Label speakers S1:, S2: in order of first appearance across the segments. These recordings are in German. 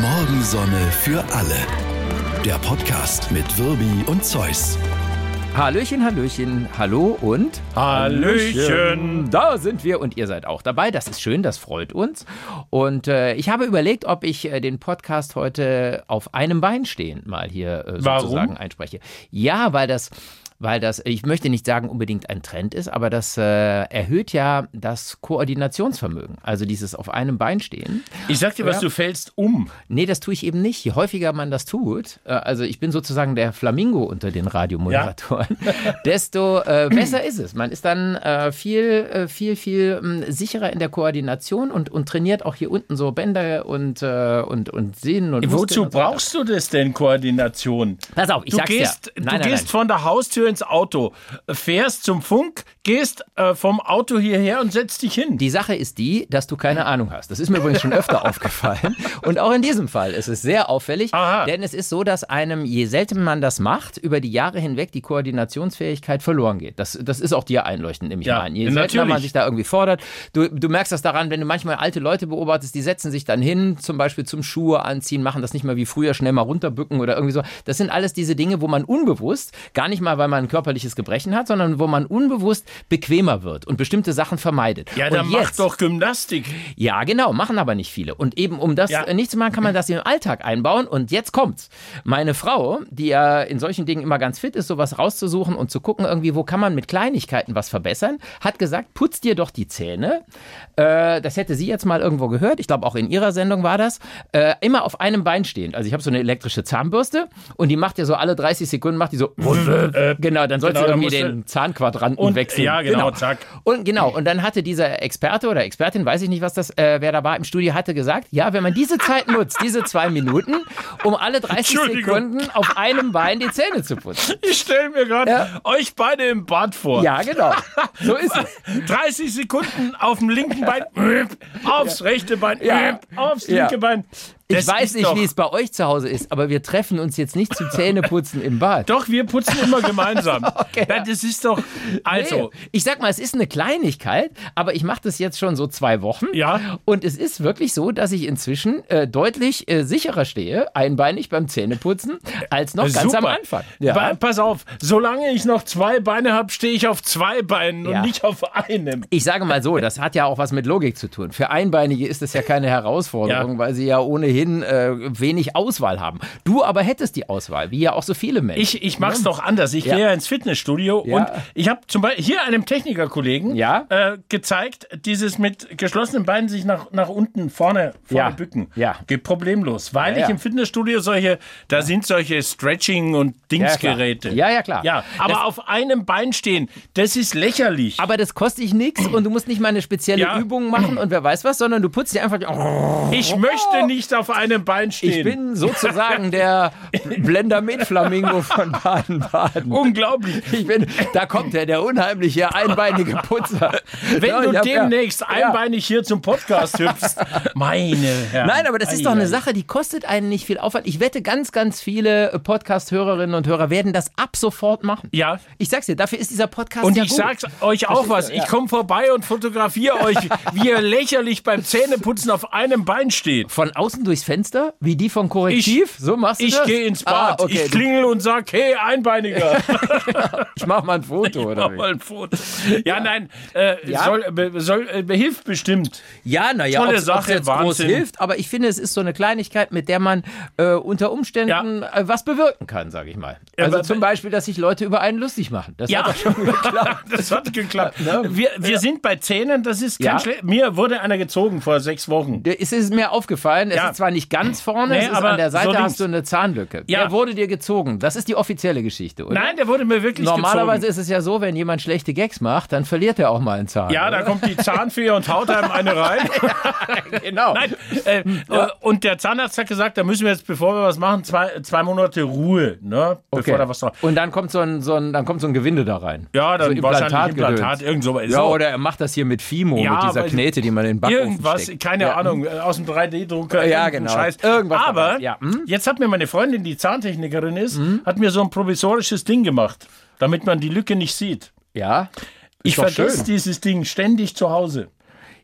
S1: Morgensonne für alle. Der Podcast mit Wirbi und Zeus.
S2: Hallöchen, Hallöchen, hallo und
S3: Hallöchen.
S2: da sind wir und ihr seid auch dabei. Das ist schön, das freut uns. Und äh, ich habe überlegt, ob ich äh, den Podcast heute auf einem Bein stehend mal hier äh,
S3: Warum?
S2: sozusagen einspreche. Ja, weil das, weil das, ich möchte nicht sagen unbedingt ein Trend ist, aber das äh, erhöht ja das Koordinationsvermögen. Also dieses auf einem Bein stehen.
S3: Ich sag dir was,
S2: Ja.
S3: du fällst um.
S2: Nee, das tue ich eben nicht. Je häufiger man das tut, äh, also ich bin sozusagen der Flamingo unter den Radiomoderatoren, desto äh, besser ist es. Man ist dann äh, viel, äh, viel, viel ähm, sicherer in der Koordination und, und trainiert auch hier unten so Bänder und, äh, und, und Sehnen und Muskeln
S3: Wozu
S2: und so weiter.
S3: brauchst du das denn, Koordination?
S2: Pass auf, ich
S3: Du
S2: sag's dir.
S3: gehst,
S2: Nein,
S3: du
S2: nein,
S3: gehst
S2: nein.
S3: von der Haustür ins Auto, fährst zum Funk, gehst äh, vom Auto hierher und setzt dich hin.
S2: Die Sache ist die, dass du
S3: Mhm.
S2: keine Ahnung hast. Das ist mir übrigens schon öfter aufgefallen. Und auch in diesem Fall ist es sehr auffällig,
S3: Aha.
S2: denn es ist so, dass einem, je seltener man das macht, über die Jahre hinweg die Koordinationsfähigkeit verloren geht. Das, das ist auch dir einleuchtend, nehme ich
S3: Ja,
S2: mal an. Je
S3: natürlich.
S2: seltener man sich da irgendwie fordert, du, du merkst das daran, wenn du manchmal alte Leute beobachtest, die setzen sich dann hin, zum Beispiel zum Schuhe anziehen, machen das nicht mehr wie früher, schnell mal runterbücken oder irgendwie so. Das sind alles diese Dinge, wo man unbewusst, gar nicht mal, weil man ein körperliches Gebrechen hat, sondern wo man unbewusst bequemer wird und bestimmte Sachen vermeidet.
S3: ja,
S2: Und
S3: dann mach
S2: jetzt-
S3: doch Gymnastik.
S2: ja, genau, machen aber nicht viele. Und eben, um das
S3: Ja.
S2: äh, nicht zu machen, kann man das im Alltag einbauen. Und jetzt kommt's. Meine Frau, die ja in solchen Dingen immer ganz fit ist, sowas rauszusuchen und zu gucken, irgendwie, wo kann man mit Kleinigkeiten was verbessern, hat gesagt, putz dir doch die Zähne. Äh, das hätte sie jetzt mal irgendwo gehört. Ich glaube, auch in ihrer Sendung war das. Äh, immer auf einem Bein stehend. Also ich habe so eine elektrische Zahnbürste und die macht ja so alle 30 Sekunden, macht die so. genau, dann sollst
S3: genau,
S2: du
S3: da
S2: irgendwie
S3: musst du-
S2: den Zahnquadranten
S3: Und-
S2: wechseln.
S3: ja, genau, zack.
S2: Und genau, und dann hatte dieser Experte oder Expertin, weiß ich nicht, was das, äh, wer da war im Studio, hatte gesagt, ja, wenn man diese Zeit nutzt, diese zwei Minuten, um alle 30
S3: Entschuldigung.
S2: Sekunden auf einem Bein die Zähne zu putzen.
S3: Ich stelle mir gerade
S2: Ja.
S3: euch beide im Bad vor.
S2: Ja, genau. So ist es.
S3: 30 Sekunden auf dem linken Bein, aufs rechte Bein,
S2: Ja.
S3: aufs
S2: Ja.
S3: linke Bein.
S2: Ich
S3: Das
S2: weiß
S3: ist
S2: nicht,
S3: doch-
S2: wie es bei euch zu Hause ist, aber wir treffen uns jetzt nicht zum Zähneputzen im Bad.
S3: Doch, wir putzen immer gemeinsam. Na, Das ist doch. Also,
S2: Nee. Ich sag mal, es ist eine Kleinigkeit, aber ich mache das jetzt schon so zwei Wochen.
S3: Ja.
S2: Und es ist wirklich so, dass ich inzwischen äh, deutlich äh, sicherer stehe, einbeinig beim Zähneputzen, als noch ganz am
S3: Äh, Super.
S2: Anfang.
S3: Ba- Pass auf, solange ich noch zwei Beine habe, stehe ich auf zwei Beinen
S2: Ja.
S3: und nicht auf einem.
S2: Ich sage mal so, das hat ja auch was mit Logik zu tun. Für Einbeinige ist das ja keine Herausforderung,
S3: Ja.
S2: weil sie ja ohnehin äh, wenig Auswahl haben. Du aber hättest die Auswahl, wie ja auch so viele Menschen.
S3: Ich, ich mach's doch anders. Ich
S2: Ja.
S3: gehe ja ins Fitnessstudio
S2: Ja.
S3: und ich habe zum Beispiel hier einem Technikerkollegen
S2: Ja.
S3: äh, gezeigt, dieses mit geschlossenen Beinen sich nach, nach unten vorne,
S2: Ja.
S3: vorne bücken.
S2: Ja.
S3: Geht problemlos. Weil
S2: Ja, ja.
S3: ich im Fitnessstudio solche, da sind solche Stretching- und Dingsgeräte.
S2: Ja, ja, klar.
S3: Ja, aber
S2: Das-
S3: auf einem Bein stehen, das ist lächerlich.
S2: aber das kostet dich nichts und du musst nicht mal eine spezielle
S3: Ja.
S2: Übung machen und wer weiß was, sondern du putzt dir einfach. oh,
S3: ich möchte nicht auf einem Bein
S2: ich
S3: stehen.
S2: bin sozusagen der Blender mit Flamingo von Baden-Baden.
S3: Oh. Unglaublich.
S2: Ich bin, da kommt ja der unheimliche einbeinige Putzer.
S3: Wenn
S2: Ja,
S3: du
S2: ich hab ja-
S3: demnächst
S2: Ja.
S3: einbeinig hier zum Podcast hüpfst, meine Herren.
S2: Nein, aber das ist doch eine
S3: Ei, ei.
S2: Sache, die kostet einen nicht viel Aufwand. Ich wette, ganz, ganz viele äh, Podcast-Hörerinnen und Hörer werden das ab sofort machen.
S3: Ja.
S2: Ich sag's dir, dafür ist dieser Podcast
S3: Und
S2: ja
S3: ich
S2: gut.
S3: sag's euch auch was. Ich komme vorbei und fotografiere euch, wie ihr lächerlich beim Zähneputzen auf einem Bein steht.
S2: Von außen durchs Fenster, wie die von Korrektiv, so machst du
S3: Ich
S2: das?
S3: gehe ins Bad.
S2: Ah, okay.
S3: Ich klingel und sag, hey, Einbeiniger,
S2: ich mach mal ein Foto, oder
S3: mach
S2: wie?
S3: mal ein Foto. Ja, nein, äh,
S2: Ja.
S3: Soll, äh, soll, äh, hilft bestimmt.
S2: Ja, naja,
S3: Tolle
S2: ob es
S3: Sache,
S2: jetzt groß
S3: Wahnsinn.
S2: hilft, aber ich finde, es ist so eine Kleinigkeit, mit der man äh, unter Umständen äh, was bewirken kann, sage ich mal. Also
S3: aber-
S2: zum Beispiel, dass sich Leute über einen lustig machen. Das
S3: Ja.
S2: hat doch schon geklappt.
S3: Das hat geklappt.
S2: Ja, ne?
S3: Wir, wir sind bei Zähnen, das ist
S2: Ja.
S3: kein Schle Mir wurde einer gezogen vor sechs Wochen.
S2: Der- Es ist mir aufgefallen, es
S3: Ja.
S2: ist zwar nicht ganz vorne,
S3: Nee,
S2: es ist
S3: aber
S2: an der Seite
S3: so links.
S2: hast du eine Zahnlücke.
S3: Ja.
S2: Der wurde dir gezogen. Das ist die offizielle Geschichte, oder?
S3: Nein, der wurde mir wirklich gezogen.
S2: Normalerweise ist es ja so, wenn jemand schlechte Gags macht, dann verliert er auch mal einen Zahn.
S3: Ja, da kommt die Zahnfee und haut einem eine rein.
S2: genau.
S3: Nein, äh, äh, und der Zahnarzt hat gesagt, da müssen wir jetzt, bevor wir was machen, zwei, zwei Monate Ruhe, ne?
S2: Okay.
S3: Bevor da was drauf.
S2: Und dann kommt so ein, so ein, dann kommt so ein Gewinde da rein.
S3: Ja, dann
S2: so
S3: wahrscheinlich
S2: Implantatgedöns.
S3: Implantat, irgend sowas.
S2: Also Ja, oder er macht das hier mit Fimo,
S3: Ja,
S2: mit dieser
S3: aber
S2: Knete, die man in den Backofen
S3: Irgendwas,
S2: steckt.
S3: keine
S2: ja. hm.
S3: Ahnung, äh, aus dem 3D-Drucker.
S2: Ja,
S3: irgendein
S2: genau.
S3: Scheiß.
S2: Irgendwas dabei.
S3: Aber
S2: Ja, hm?
S3: jetzt hat mir meine Freundin, die Zahntechnikerin ist, hat mir so ein provisorisches Ding gemacht, damit man die Lücke nicht sieht.
S2: Ja.
S3: Ich
S2: doch
S3: vergesse
S2: schön.
S3: dieses Ding ständig zu Hause.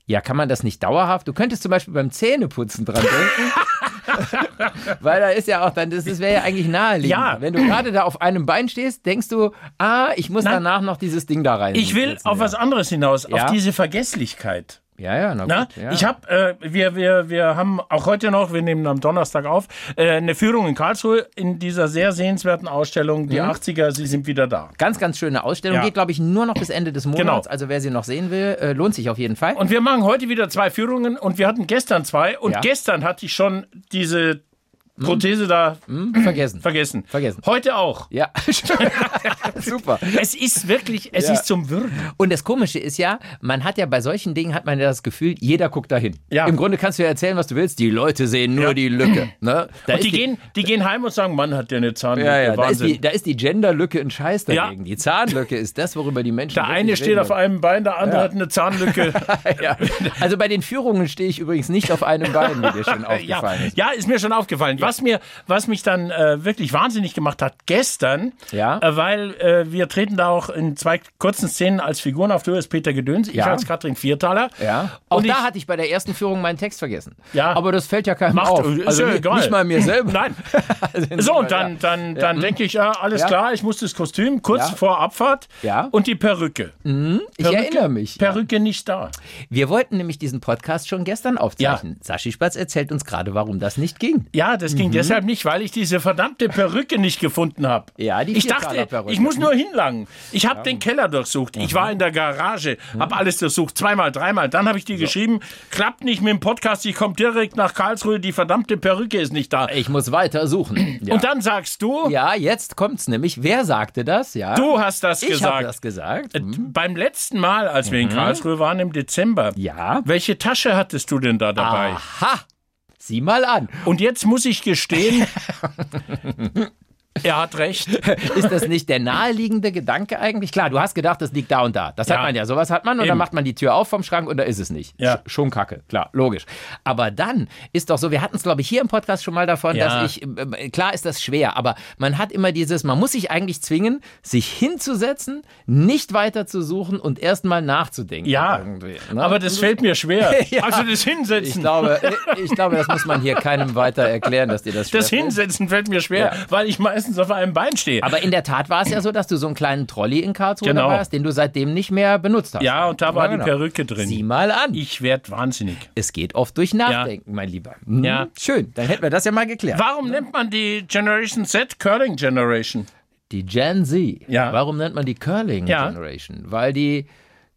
S2: Ja, kann man das nicht dauerhaft? Du könntest zum Beispiel beim Zähneputzen dran denken. Weil da ist ja auch dann, das, das wäre ja eigentlich naheliegend.
S3: Ja.
S2: Wenn du gerade da auf einem Bein stehst, denkst du, ah, ich muss
S3: Nein.
S2: danach noch dieses Ding da rein.
S3: Ich will
S2: setzen,
S3: auf
S2: ja.
S3: was anderes hinaus,
S2: Ja.
S3: auf diese Vergesslichkeit.
S2: Ja, ja, na
S3: Na,
S2: gut. Ja.
S3: ich habe, äh, wir, wir, wir haben auch heute noch, wir nehmen am Donnerstag auf, äh, eine Führung in Karlsruhe in dieser sehr sehenswerten Ausstellung,
S2: Mhm.
S3: die 80er, sie sind wieder da.
S2: Ganz, ganz schöne Ausstellung.
S3: Ja.
S2: Geht, glaube ich, nur noch bis Ende des Monats.
S3: Genau.
S2: Also wer sie noch sehen will, äh, lohnt sich auf jeden Fall.
S3: Und wir machen heute wieder zwei Führungen und wir hatten gestern zwei und
S2: Ja.
S3: gestern hatte ich schon diese Prothese da
S2: vergessen.
S3: vergessen.
S2: Mhm. Vergessen.
S3: Heute auch.
S2: ja, super.
S3: Es ist wirklich, es
S2: Ja.
S3: ist zum Würden.
S2: Und das Komische ist ja, man hat ja bei solchen Dingen hat man ja das Gefühl, jeder guckt dahin.
S3: Ja.
S2: Im Grunde kannst du ja erzählen, was du willst. Die Leute sehen nur die Lücke. Ne? Da
S3: Und die, gehen, die gehen heim und sagen, Mann, hat der eine Zahnlücke.
S2: Ja, ja, da ist,
S3: Wahnsinn.
S2: die, da ist die Genderlücke ein Scheiß
S3: Ja.
S2: dagegen. Die Zahnlücke ist das, worüber die Menschen.
S3: der
S2: wirklich
S3: eine
S2: reden
S3: steht auf
S2: wollen.
S3: einem Bein, der andere hat eine Zahnlücke.
S2: ja. Also bei den Führungen stehe ich übrigens nicht auf einem Bein, wie dir schon
S3: Äh,
S2: Äh,
S3: ja,
S2: aufgefallen ist.
S3: ja, ist mir schon aufgefallen. Was mir, was mich dann äh, wirklich wahnsinnig gemacht hat gestern,
S2: Ja.
S3: äh, weil äh, wir treten da auch in zwei kurzen Szenen als Figuren auf. Du als Peter Gedöns, ich
S2: Ja.
S3: als Katrin Viertaler.
S2: Ja. Auch
S3: Und ich,
S2: da hatte ich bei der ersten Führung meinen Text vergessen.
S3: Ja.
S2: Aber das fällt ja keinem
S3: Macht-
S2: auf.
S3: ist
S2: Also
S3: ja
S2: nicht,
S3: egal.
S2: nicht mal mir selber.
S3: Nein.
S2: Also
S3: So,
S2: insofern,
S3: und dann, dann, dann denke ich, ja, alles
S2: Mhm. Ja.
S3: klar, ich muss das Kostüm kurz
S2: Ja.
S3: vor Abfahrt
S2: Ja. Mhm.
S3: und die Perücke.
S2: ja. Ich erinnere mich.
S3: Perücke nicht da.
S2: Wir wollten nämlich diesen Podcast schon gestern aufzeichnen. Saschi Spatz erzählt uns gerade, warum das nicht ging.
S3: Ja, das
S2: Mhm.
S3: ging deshalb nicht, weil ich diese verdammte Perücke nicht gefunden habe.
S2: Ja, die
S3: Ich dachte,
S2: Viertaler-Perücke. Mhm.
S3: ich muss nur hinlangen. Ich habe den Keller durchsucht. Ich war in der Garage,
S2: Mhm.
S3: habe alles durchsucht. Zweimal, dreimal. Dann habe ich dir geschrieben, klappt nicht mit dem Podcast, ich komme direkt nach Karlsruhe, die verdammte Perücke ist nicht da.
S2: Ich muss weiter suchen. Ja.
S3: Und dann sagst du,
S2: ja, jetzt kommt's nämlich. Wer sagte das? Ja.
S3: du hast das
S2: ich habe
S3: gesagt. Äh,
S2: das Mhm. gesagt.
S3: Beim letzten Mal, als wir in Karlsruhe waren im Dezember,
S2: Ja. Ah.
S3: welche Tasche hattest du denn da dabei?
S2: Aha. Sieh mal an.
S3: Und jetzt muss ich gestehen, er hat recht.
S2: Ist das nicht der naheliegende Gedanke eigentlich? Klar, du hast gedacht, das liegt da und da. Das hat
S3: Ja.
S2: man ja, sowas hat man und dann
S3: Eben.
S2: macht man die Tür auf vom Schrank und da ist es nicht.
S3: Ja.
S2: Sch- Schon kacke, klar, logisch. Aber dann ist doch so, wir hatten es, glaube ich, hier im Podcast schon mal davon,
S3: Ja.
S2: dass ich, äh, klar ist das schwer, aber man hat immer dieses, man muss sich eigentlich zwingen, sich hinzusetzen, nicht weiter zu suchen und erstmal nachzudenken.
S3: Ja,
S2: Irgendwie, ne?
S3: aber das fällt mir schwer.
S2: Ja.
S3: Also
S2: ich
S3: das Hinsetzen.
S2: glaube, ich glaube, das muss man hier keinem weiter erklären, dass dir das schwer
S3: Das Hinsetzen fällt mir schwer,
S2: Ja.
S3: weil ich meistens auf einem Bein stehe.
S2: Aber in der Tat war es ja so, dass du so einen kleinen Trolley in Karlsruhe
S3: Genau.
S2: dabei hast, den du seitdem nicht mehr benutzt hast.
S3: ja, und da war
S2: Ja, genau.
S3: die Perücke drin.
S2: Sieh mal an.
S3: Ich werd wahnsinnig.
S2: es geht oft durch Nachdenken, mein Lieber. Mhm.
S3: Ja.
S2: Schön, dann hätten wir das ja mal geklärt.
S3: Warum nennt man die Generation Z Curling Generation?
S2: die Gen Z.
S3: Ja.
S2: Warum nennt man die Curling
S3: Ja.
S2: Generation? Weil die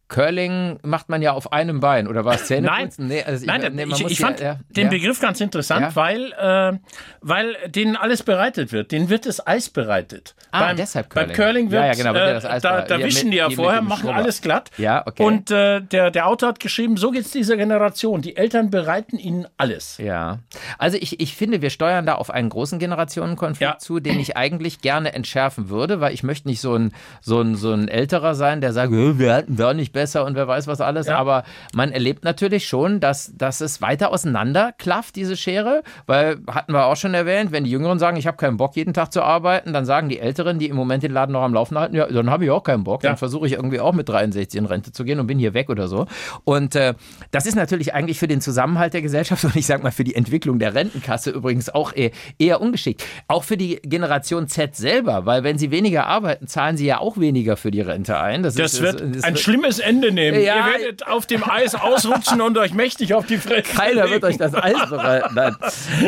S2: Curling macht man ja auf einem Bein oder war es
S3: Nein,
S2: Zähneputzen? Nee, also
S3: Nein,
S2: nee, man
S3: ich,
S2: muss
S3: ich
S2: ja-
S3: fand
S2: ja,
S3: den
S2: ja.
S3: Begriff ganz interessant,
S2: Ja.
S3: weil, äh, weil denen alles bereitet wird. Denen wird das Eis bereitet.
S2: Ah,
S3: beim,
S2: deshalb
S3: Beim
S2: Curling.
S3: Curling wird,
S2: Ja, ja, genau, wird ja
S3: äh,
S2: das Eis
S3: da,
S2: bereitet.
S3: da
S2: Ja,
S3: wischen
S2: mit-
S3: die ja
S2: die mit
S3: vorher,
S2: dem
S3: machen
S2: Schrubber.
S3: alles glatt.
S2: Ja, okay.
S3: Und äh, der, der Autor hat geschrieben, so geht's dieser Generation. Die Eltern bereiten ihnen alles.
S2: Ja, also ich, ich finde, wir steuern da auf einen großen Generationenkonflikt
S3: Ja.
S2: zu, den ich eigentlich gerne entschärfen würde, weil ich möchte nicht so ein, so ein, so ein Älterer sein, der sagt, "Äh, wir hatten wir nicht besser und wer weiß was alles.
S3: Ja.
S2: Aber man erlebt natürlich schon, dass, dass es weiter auseinander klafft, diese Schere, weil hatten wir auch schon erwähnt, wenn die Jüngeren sagen, ich habe keinen Bock, jeden Tag zu arbeiten, dann sagen die Älteren, die im Moment den Laden noch am Laufen halten, ja, dann habe ich auch keinen Bock,
S3: Ja.
S2: dann versuche ich irgendwie auch mit 63 in Rente zu gehen und bin hier weg oder so. Und äh, das ist natürlich eigentlich für den Zusammenhalt der Gesellschaft und ich sag mal für die Entwicklung der Rentenkasse übrigens auch eher, eher ungeschickt. Auch für die Generation Z selber, weil wenn sie weniger arbeiten, zahlen sie ja auch weniger für die Rente ein. Das,
S3: Das
S2: ist,
S3: wird
S2: ist, ist,
S3: ein schlimmes Ende nehmen.
S2: Ja,
S3: Ihr werdet auf dem Eis ausrutschen und euch mächtig auf die Fresse
S2: keiner wird
S3: legen.
S2: euch das Eis bereiten. Nein,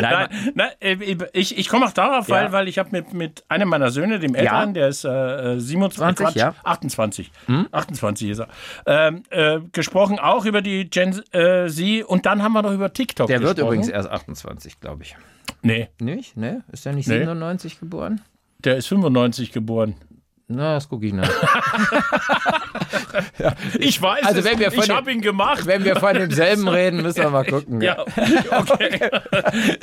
S2: nein,
S3: Nein, nein, äh, ich, ich komme auch darauf, weil,
S2: Ja.
S3: weil ich habe mit, mit einem meiner Söhne, dem Eltern, der ist äh, äh, 27,
S2: 20,
S3: Quatsch,
S2: ja. Hm?
S3: 28, 28 ist er, ähm, äh, gesprochen, auch über die Gen äh, Sie und dann haben wir noch über TikTok
S2: der
S3: gesprochen.
S2: wird übrigens erst 28, glaube ich.
S3: Nee,
S2: Nicht? Ne? Ist der nicht
S3: Nee.
S2: 97 geboren?
S3: der ist 95 geboren.
S2: Na, das gucke ich nach.
S3: Ich weiß
S2: Also
S3: es,
S2: wenn wir von
S3: ich
S2: den-
S3: habe ihn gemacht.
S2: Wenn wir von demselben reden, müssen wir mal gucken.
S3: Ja, okay.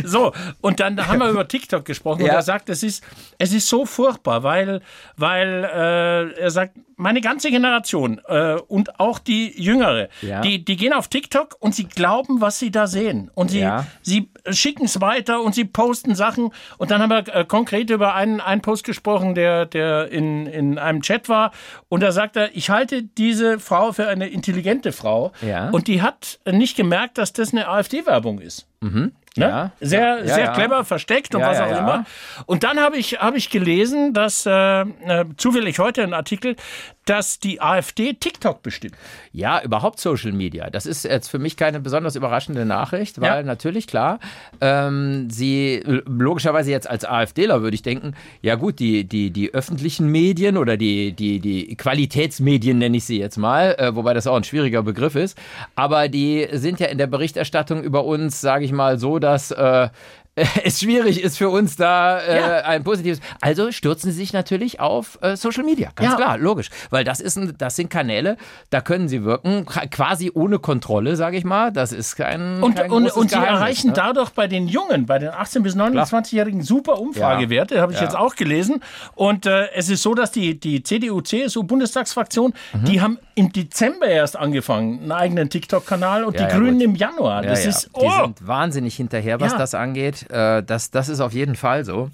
S3: so, und dann haben wir über TikTok gesprochen und
S2: Ja.
S3: er sagt, es ist, es ist so furchtbar, weil, weil äh, er sagt, meine ganze Generation äh, und auch die Jüngere,
S2: Ja.
S3: die, die gehen auf TikTok und sie glauben, was sie da sehen. Und sie,
S2: Ja.
S3: sie schicken es weiter und sie posten Sachen. Und dann haben wir äh, konkret über einen, einen Post gesprochen, der, der in, in einem Chat war. Und da sagt er, ich halte diese Frau für eine intelligente Frau.
S2: Ja.
S3: Und die hat nicht gemerkt, dass das eine AfD-Werbung ist. Ne?
S2: Mhm. Ja,
S3: sehr
S2: ja,
S3: sehr
S2: ja.
S3: clever versteckt und
S2: Ja,
S3: was
S2: ja,
S3: auch
S2: ja.
S3: immer. Und dann habe ich, hab ich gelesen, dass, äh, äh, zufällig heute ein Artikel, dass die AfD TikTok bestimmt.
S2: Ja, überhaupt Social Media. Das ist jetzt für mich keine besonders überraschende Nachricht, weil
S3: Ja.
S2: natürlich, klar, ähm, sie logischerweise jetzt als AfDler würde ich denken, ja gut, die, die, die öffentlichen Medien oder die, die, die Qualitätsmedien nenne ich sie jetzt mal, äh, wobei das auch ein schwieriger Begriff ist, aber die sind ja in der Berichterstattung über uns, sage ich mal, so, dass äh, es schwierig ist für uns da äh,
S3: Ja.
S2: ein positives. Also stürzen sie sich natürlich auf äh, Social Media, ganz
S3: Ja.
S2: klar, logisch, weil das ist ein, das sind Kanäle, da können sie wirken, qu- quasi ohne Kontrolle, sage ich mal. Das ist kein
S3: Und,
S2: kein
S3: und,
S2: großes
S3: und sie
S2: Geheimnis,
S3: erreichen
S2: ne?
S3: dadurch bei den Jungen, bei den 18- bis 29-Jährigen super Umfragewerte, habe ich
S2: Ja.
S3: jetzt auch gelesen. Und äh, es ist so, dass die, die CDU-CSU-Bundestagsfraktion,
S2: Mhm.
S3: die haben im Dezember erst angefangen, einen eigenen TikTok-Kanal und
S2: Ja,
S3: die
S2: ja,
S3: Grünen
S2: gut.
S3: im Januar.
S2: Ja,
S3: das
S2: ja.
S3: ist,
S2: Die
S3: oh,
S2: sind wahnsinnig hinterher, was
S3: Ja.
S2: das angeht. Äh, das, das ist auf jeden Fall so.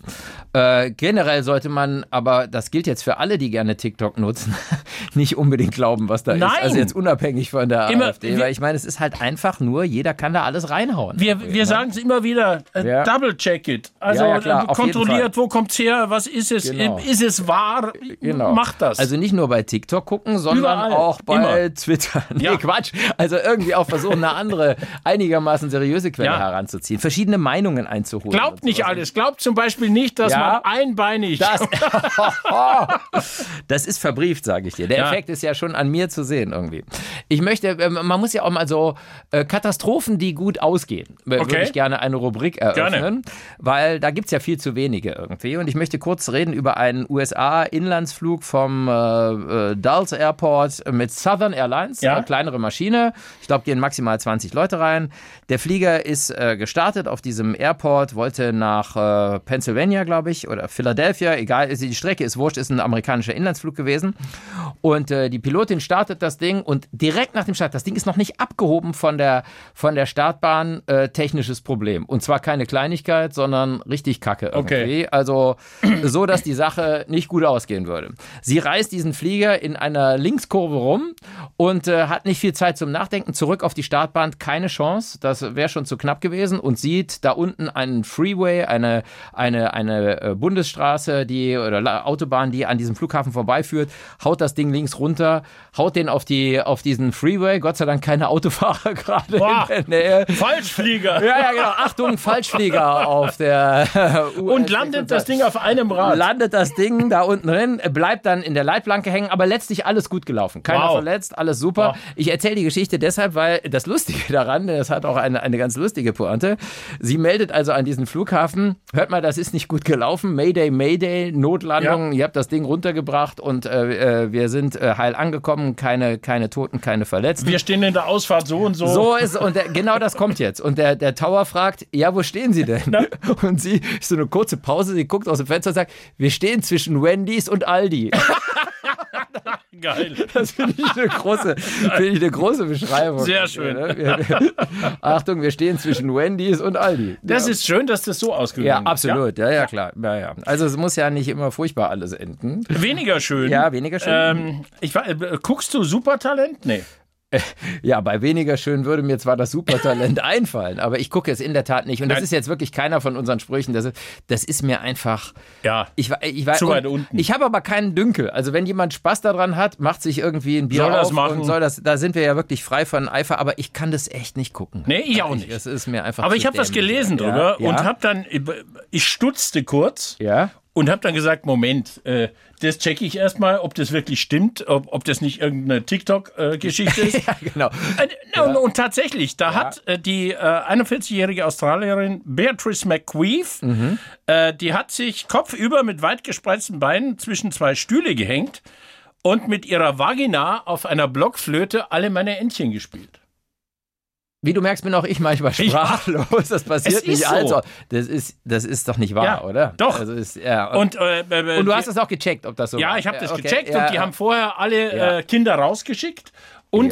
S2: Äh, generell sollte man, aber das gilt jetzt für alle, die gerne TikTok nutzen, nicht unbedingt glauben, was da
S3: Nein.
S2: ist. Also jetzt unabhängig von der
S3: Immer-
S2: AfD, weil ich meine, es ist halt einfach nur, jeder kann da alles reinhauen.
S3: wir, wir sagen es immer wieder, äh,
S2: ne? Ja.
S3: double check it. Also
S2: Ja, ja, klar,
S3: äh,
S2: auf jeden
S3: kontrolliert, wo kommt's her, was ist es,
S2: Genau.
S3: äh, ist es wahr,
S2: Genau.
S3: macht das.
S2: Also nicht nur bei TikTok gucken, sondern
S3: Überall.
S2: auch bei
S3: Immer.
S2: Twitter. Nee,
S3: Ja.
S2: Quatsch. Also irgendwie auch versuchen, eine andere, einigermaßen seriöse Quelle
S3: Ja.
S2: heranzuziehen, verschiedene Meinungen einzuholen.
S3: Glaubt
S2: und
S3: nicht
S2: sowas.
S3: alles. Glaubt zum Beispiel nicht, dass
S2: also Ja.
S3: man einbeinig
S2: Das, das ist verbrieft, sage ich dir. Der
S3: Ja.
S2: Effekt ist ja schon an mir zu sehen irgendwie. Ich möchte, ähm, man muss ja auch mal so äh, Katastrophen, die gut ausgehen, w- würde
S3: Okay.
S2: ich gerne eine Rubrik eröffnen,
S3: Gerne.
S2: weil da gibt es ja viel zu wenige irgendwie. Und ich möchte kurz reden über einen USA-Inlandsflug vom äh, äh, Dulles Airport mit Southern Airlines,
S3: Ja.
S2: eine kleinere Maschine. Ich glaube, gehen maximal 20 Leute rein. Der Flieger ist äh, gestartet auf diesem Airport, wollte nach äh, Pennsylvania, glaube ich, oder Philadelphia, egal, ist, die Strecke ist wurscht, ist ein amerikanischer Inlandsflug gewesen. Und äh, die Pilotin startet das Ding und direkt nach dem Start, das Ding ist noch nicht abgehoben von der, von der Startbahn, äh, technisches Problem. Und zwar keine Kleinigkeit, sondern richtig Kacke irgendwie.
S3: Okay.
S2: Also so, dass die Sache nicht gut ausgehen würde. Sie reißt diesen Flieger in einer Linkskurve rum und äh, hat nicht viel Zeit zum Nachdenken. Zurück auf die Startbahn, keine Chance. Das wäre schon zu knapp gewesen und sieht da unten einen Freeway, eine, eine, eine äh, Bundesstraße, die oder La- Autobahn, die an diesem Flughafen vorbeiführt, haut das Ding links runter, haut den auf, die, auf diesen Freeway. Gott sei Dank keine Autofahrer gerade
S3: Boah.
S2: in der Nähe.
S3: Falschflieger.
S2: Ja, ja, genau. Achtung, Falschflieger auf der US
S3: Und landet das Ding auf einem Rad.
S2: landet das Ding da unten drin, äh, bleibt dann in der Leitplanke hängen, aber letztlich alles gut gelaufen. Keiner
S3: Wow.
S2: verletzt, alles super.
S3: Wow.
S2: Ich erzähle die Geschichte deshalb, weil das Lustige daran, das hat auch eine, eine ganz lustige Pointe. Sie meldet also an diesen Flughafen, hört mal, das ist nicht gut gelaufen, Mayday, Mayday, Notlandung, ihr habt das Ding runtergebracht und äh, äh, wir sind äh, heil angekommen, keine, keine Toten, keine Verletzten.
S3: Wir stehen in der Ausfahrt so und so.
S2: So ist und der, genau das kommt jetzt. Und der, der Tower fragt, ja, wo stehen Sie denn? Und sie, so eine kurze Pause, sie guckt aus dem Fenster und sagt, wir stehen zwischen Wendy's und Aldi.
S3: Geil.
S2: Das finde ich eine große, finde ich eine große Beschreibung.
S3: Sehr schön.
S2: Achtung, wir stehen zwischen Wendy's und Aldi.
S3: Das
S2: ja.
S3: ist schön, dass das so ausgegangen
S2: ja,
S3: ist.
S2: absolut. Mhm. Ja, ja, klar. Ja, ja. Also es muss ja nicht immer furchtbar alles enden.
S3: Ja? Weniger schön.
S2: Ja, weniger schön.
S3: Ähm, ich, wa- äh, guckst du Supertalent? Nee.
S2: Ja, bei weniger schön würde mir zwar das Supertalent einfallen, aber ich gucke es in der Tat nicht. Und das
S3: Nein.
S2: ist jetzt wirklich keiner von unseren Sprüchen. Das ist, das ist mir einfach.
S3: Ja.
S2: Ich, wa- ich, wa-
S3: Zu weit
S2: und
S3: unten.
S2: Ich habe aber keinen Dünkel. Also wenn jemand Spaß daran hat, macht sich irgendwie ein Bier
S3: Soll das
S2: auf
S3: machen.
S2: und soll das. Da sind wir ja wirklich frei von Eifer. Aber ich kann das echt nicht gucken.
S3: Nee, ich auch nicht.
S2: Das ist mir einfach.
S3: Aber
S2: zu
S3: ich habe was
S2: dämlich.
S3: gelesen
S2: ja,
S3: drüber
S2: ja,
S3: und habe dann, ich stutzte kurz
S2: Ja.
S3: und habe dann gesagt, Moment, äh, das checke ich erstmal, ob das wirklich stimmt, ob, ob das nicht irgendeine TikTok-Geschichte ist.
S2: ja, genau.
S3: Äh, na, Und, und tatsächlich, da hat äh, die äh, 41-jährige Australierin Beatrice McQueef,
S2: Mhm.
S3: äh, die hat sich kopfüber mit weit gespreizten Beinen zwischen zwei Stühle gehängt und mit ihrer Vagina auf einer Blockflöte alle meine Entchen gespielt.
S2: Wie du merkst, bin auch ich manchmal
S3: Ich-
S2: sprachlos. Das passiert
S3: ist
S2: nicht
S3: so.
S2: also. Das ist, das ist doch nicht wahr,
S3: Ja,
S2: oder?
S3: doch.
S2: Also ist, ja.
S3: Und, äh, äh,
S2: Und du
S3: die-
S2: hast das auch gecheckt, ob das so war?
S3: Ja, ich habe das
S2: okay,
S3: gecheckt
S2: ja,
S3: und die haben vorher alle äh, Kinder rausgeschickt und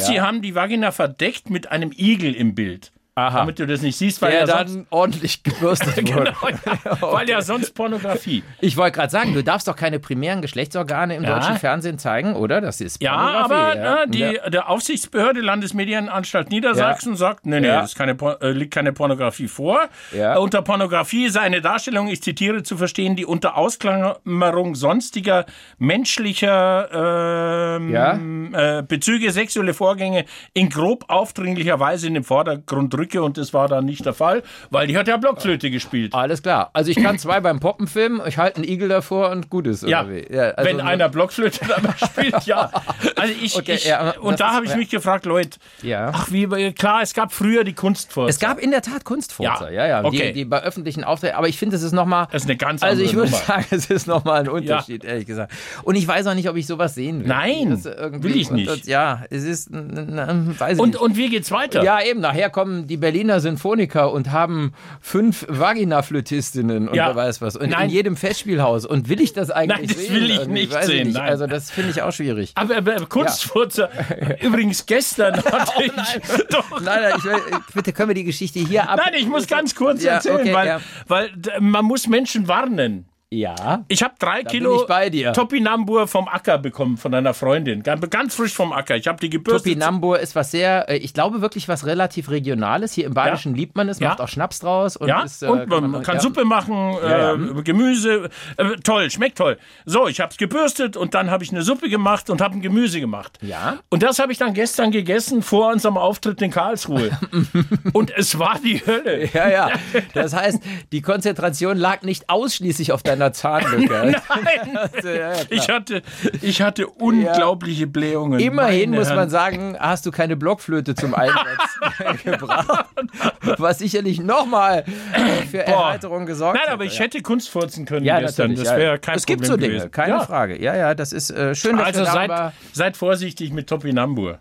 S2: Ja.
S3: sie haben die Vagina verdeckt mit einem Igel im Bild.
S2: Aha.
S3: damit du das nicht siehst, weil
S2: Der
S3: ja, sonst,
S2: dann ordentlich gebürstet wurde.
S3: genau, ja, weil ja sonst Pornografie.
S2: Ich wollte gerade sagen, du darfst doch keine primären Geschlechtsorgane im
S3: Ja.
S2: deutschen Fernsehen zeigen, oder? Das ist
S3: Ja,
S2: Pornografie,
S3: aber
S2: ja.
S3: Ne, die
S2: Ja.
S3: der Aufsichtsbehörde Landesmedienanstalt Niedersachsen sagt, nee, nee,
S2: Ja.
S3: es ist keine, Por- äh, liegt keine Pornografie vor.
S2: Ja.
S3: Äh, Unter Pornografie ist eine Darstellung, ich zitiere, zu verstehen, die unter Ausklammerung sonstiger menschlicher ähm, äh, Bezüge sexuelle Vorgänge in grob aufdringlicher Weise in den Vordergrund rücke und das war dann nicht der Fall, weil die hat ja Blockflöte gespielt.
S2: Alles klar. Also ich kann zwei beim Poppen filmen, ich halte einen Igel davor und gut ist.
S3: Ja,
S2: oder wie? ja also
S3: wenn
S2: so-
S3: einer Blockflöte dabei spielt, ja. Also ich,
S2: Okay,
S3: ich
S2: ja, aber
S3: und
S2: das
S3: da
S2: ist-
S3: habe ich
S2: ja.
S3: mich gefragt, Leute,
S2: Ja.
S3: ach wie klar, es gab früher die Kunstform.
S2: Es gab in der Tat Kunstfurzer, ja,
S3: Ja.
S2: ja,
S3: Okay.
S2: die, die bei öffentlichen Auftritten, aber ich finde, es ist nochmal.
S3: Das ist eine ganz
S2: Also ich
S3: andere
S2: würde
S3: Nummer.
S2: sagen, es ist nochmal ein Unterschied, ehrlich gesagt. Und ich weiß auch nicht, ob ich sowas sehen will.
S3: Nein,
S2: Das ist irgendwie-
S3: will ich nicht.
S2: Das, ja, es ist, na, na, weiß ich
S3: Und,
S2: nicht.
S3: und wie geht's weiter?
S2: Ja, eben, nachher kommen die Berliner Sinfoniker und haben fünf Vagina-Flötistinnen und
S3: Ja.
S2: wer weiß was. Und
S3: Nein.
S2: in jedem Festspielhaus. Und will ich das eigentlich
S3: Nein, das
S2: sehen?
S3: will ich
S2: Irgendwie,
S3: nicht
S2: weiß
S3: sehen,
S2: Nicht.
S3: nein.
S2: Also das finde ich auch schwierig.
S3: Aber, aber Kunstfurzer, übrigens gestern hatte ich, doch,
S2: Oh Nein, nein, ich will, bitte können wir die Geschichte hier ab...
S3: nein, ich muss ganz kurz
S2: Ja,
S3: erzählen,
S2: okay,
S3: weil,
S2: ja.
S3: weil d- man muss Menschen warnen.
S2: Ja,
S3: Ich habe drei
S2: bin
S3: Kilo
S2: ich bei dir.
S3: Topinambur vom Acker bekommen von einer Freundin, ganz, ganz frisch vom Acker. Ich habe die gebürstet.
S2: Topinambur ist was sehr, äh, ich glaube wirklich was relativ Regionales. Hier im Badischen liebt man es,
S3: Ja.
S2: macht auch Schnaps draus. Und
S3: Ja,
S2: ist, äh,
S3: und man kann
S2: ja.
S3: Suppe machen,
S2: Ja, ja.
S3: äh, Gemüse, äh, toll, schmeckt toll. So, ich habe es gebürstet und dann habe ich eine Suppe gemacht und habe ein Gemüse gemacht.
S2: Ja.
S3: Und das habe ich dann gestern gegessen vor unserem Auftritt in Karlsruhe. und es war die Hölle.
S2: Ja, ja. Das heißt, die Konzentration lag nicht ausschließlich auf deiner Zahnlücke.
S3: Nein.
S2: ja, ja,
S3: ich, hatte, ich hatte unglaubliche Blähungen.
S2: Immerhin
S3: Meine
S2: muss man
S3: Herren.
S2: sagen, hast du keine Blockflöte zum Einsatz gebracht, was sicherlich nochmal für Erheiterung gesorgt
S3: Nein,
S2: hat.
S3: aber ich hätte Kunst furzen können
S2: ja,
S3: gestern.
S2: natürlich,
S3: Das wäre
S2: ja.
S3: kein
S2: Es
S3: Problem
S2: gibt so Dinge,
S3: gewesen.
S2: keine
S3: ja.
S2: Frage. Ja, ja, das ist äh, schön, dass
S3: Also
S2: wir
S3: seid,
S2: darüber,
S3: seid vorsichtig mit Topinambur.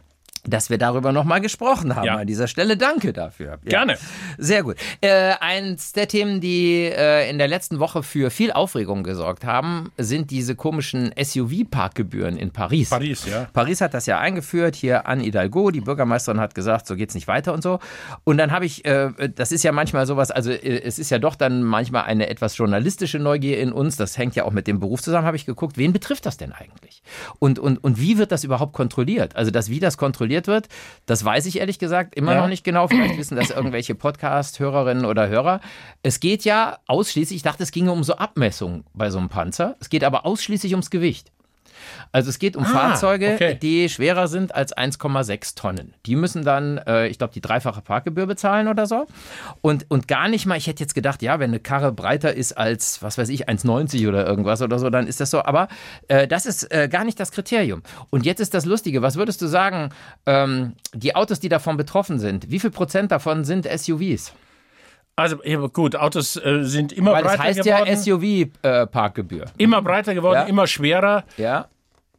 S2: dass wir darüber nochmal gesprochen haben.
S3: Ja.
S2: An dieser Stelle danke dafür. Ja.
S3: Gerne.
S2: Sehr gut. Äh, eins der Themen, die äh, in der letzten Woche für viel Aufregung gesorgt haben, sind diese komischen SUV-Parkgebühren in Paris.
S3: Paris, ja.
S2: Paris hat das ja eingeführt, hier Anne Hidalgo, die Bürgermeisterin hat gesagt, so geht's nicht weiter und so. Und dann habe ich, äh, das ist ja manchmal sowas, also äh, es ist ja doch dann manchmal eine etwas journalistische Neugier in uns, das hängt ja auch mit dem Beruf zusammen, habe ich geguckt, wen betrifft das denn eigentlich? Und, und, und wie wird das überhaupt kontrolliert? Also, dass wie das kontrolliert wird, das weiß ich ehrlich gesagt immer
S3: Ja.
S2: noch nicht genau. Vielleicht wissen das irgendwelche Podcast-Hörerinnen oder Hörer. Es geht ja ausschließlich, ich dachte, es ginge um so Abmessungen bei so einem Panzer. Es geht aber ausschließlich ums Gewicht. Also es geht um Fahrzeuge,
S3: Ah, okay.
S2: die schwerer sind als 1,6 Tonnen. Die müssen dann, äh, ich glaube, die dreifache Parkgebühr bezahlen oder so. Und, und gar nicht mal, ich hätte jetzt gedacht, ja, wenn eine Karre breiter ist als, was weiß ich, 1,90 oder irgendwas oder so, dann ist das so. Aber äh, das ist äh, gar nicht das Kriterium. Und jetzt ist das Lustige, was würdest du sagen, ähm, die Autos, die davon betroffen sind, wie viel Prozent davon sind SUVs?
S3: Also ja, aber gut, Autos äh, sind immer
S2: Weil das
S3: breiter
S2: heißt
S3: geworden.
S2: ja SUV-Parkgebühr.
S3: immer breiter geworden,
S2: Ja.
S3: immer schwerer.
S2: äh, ja.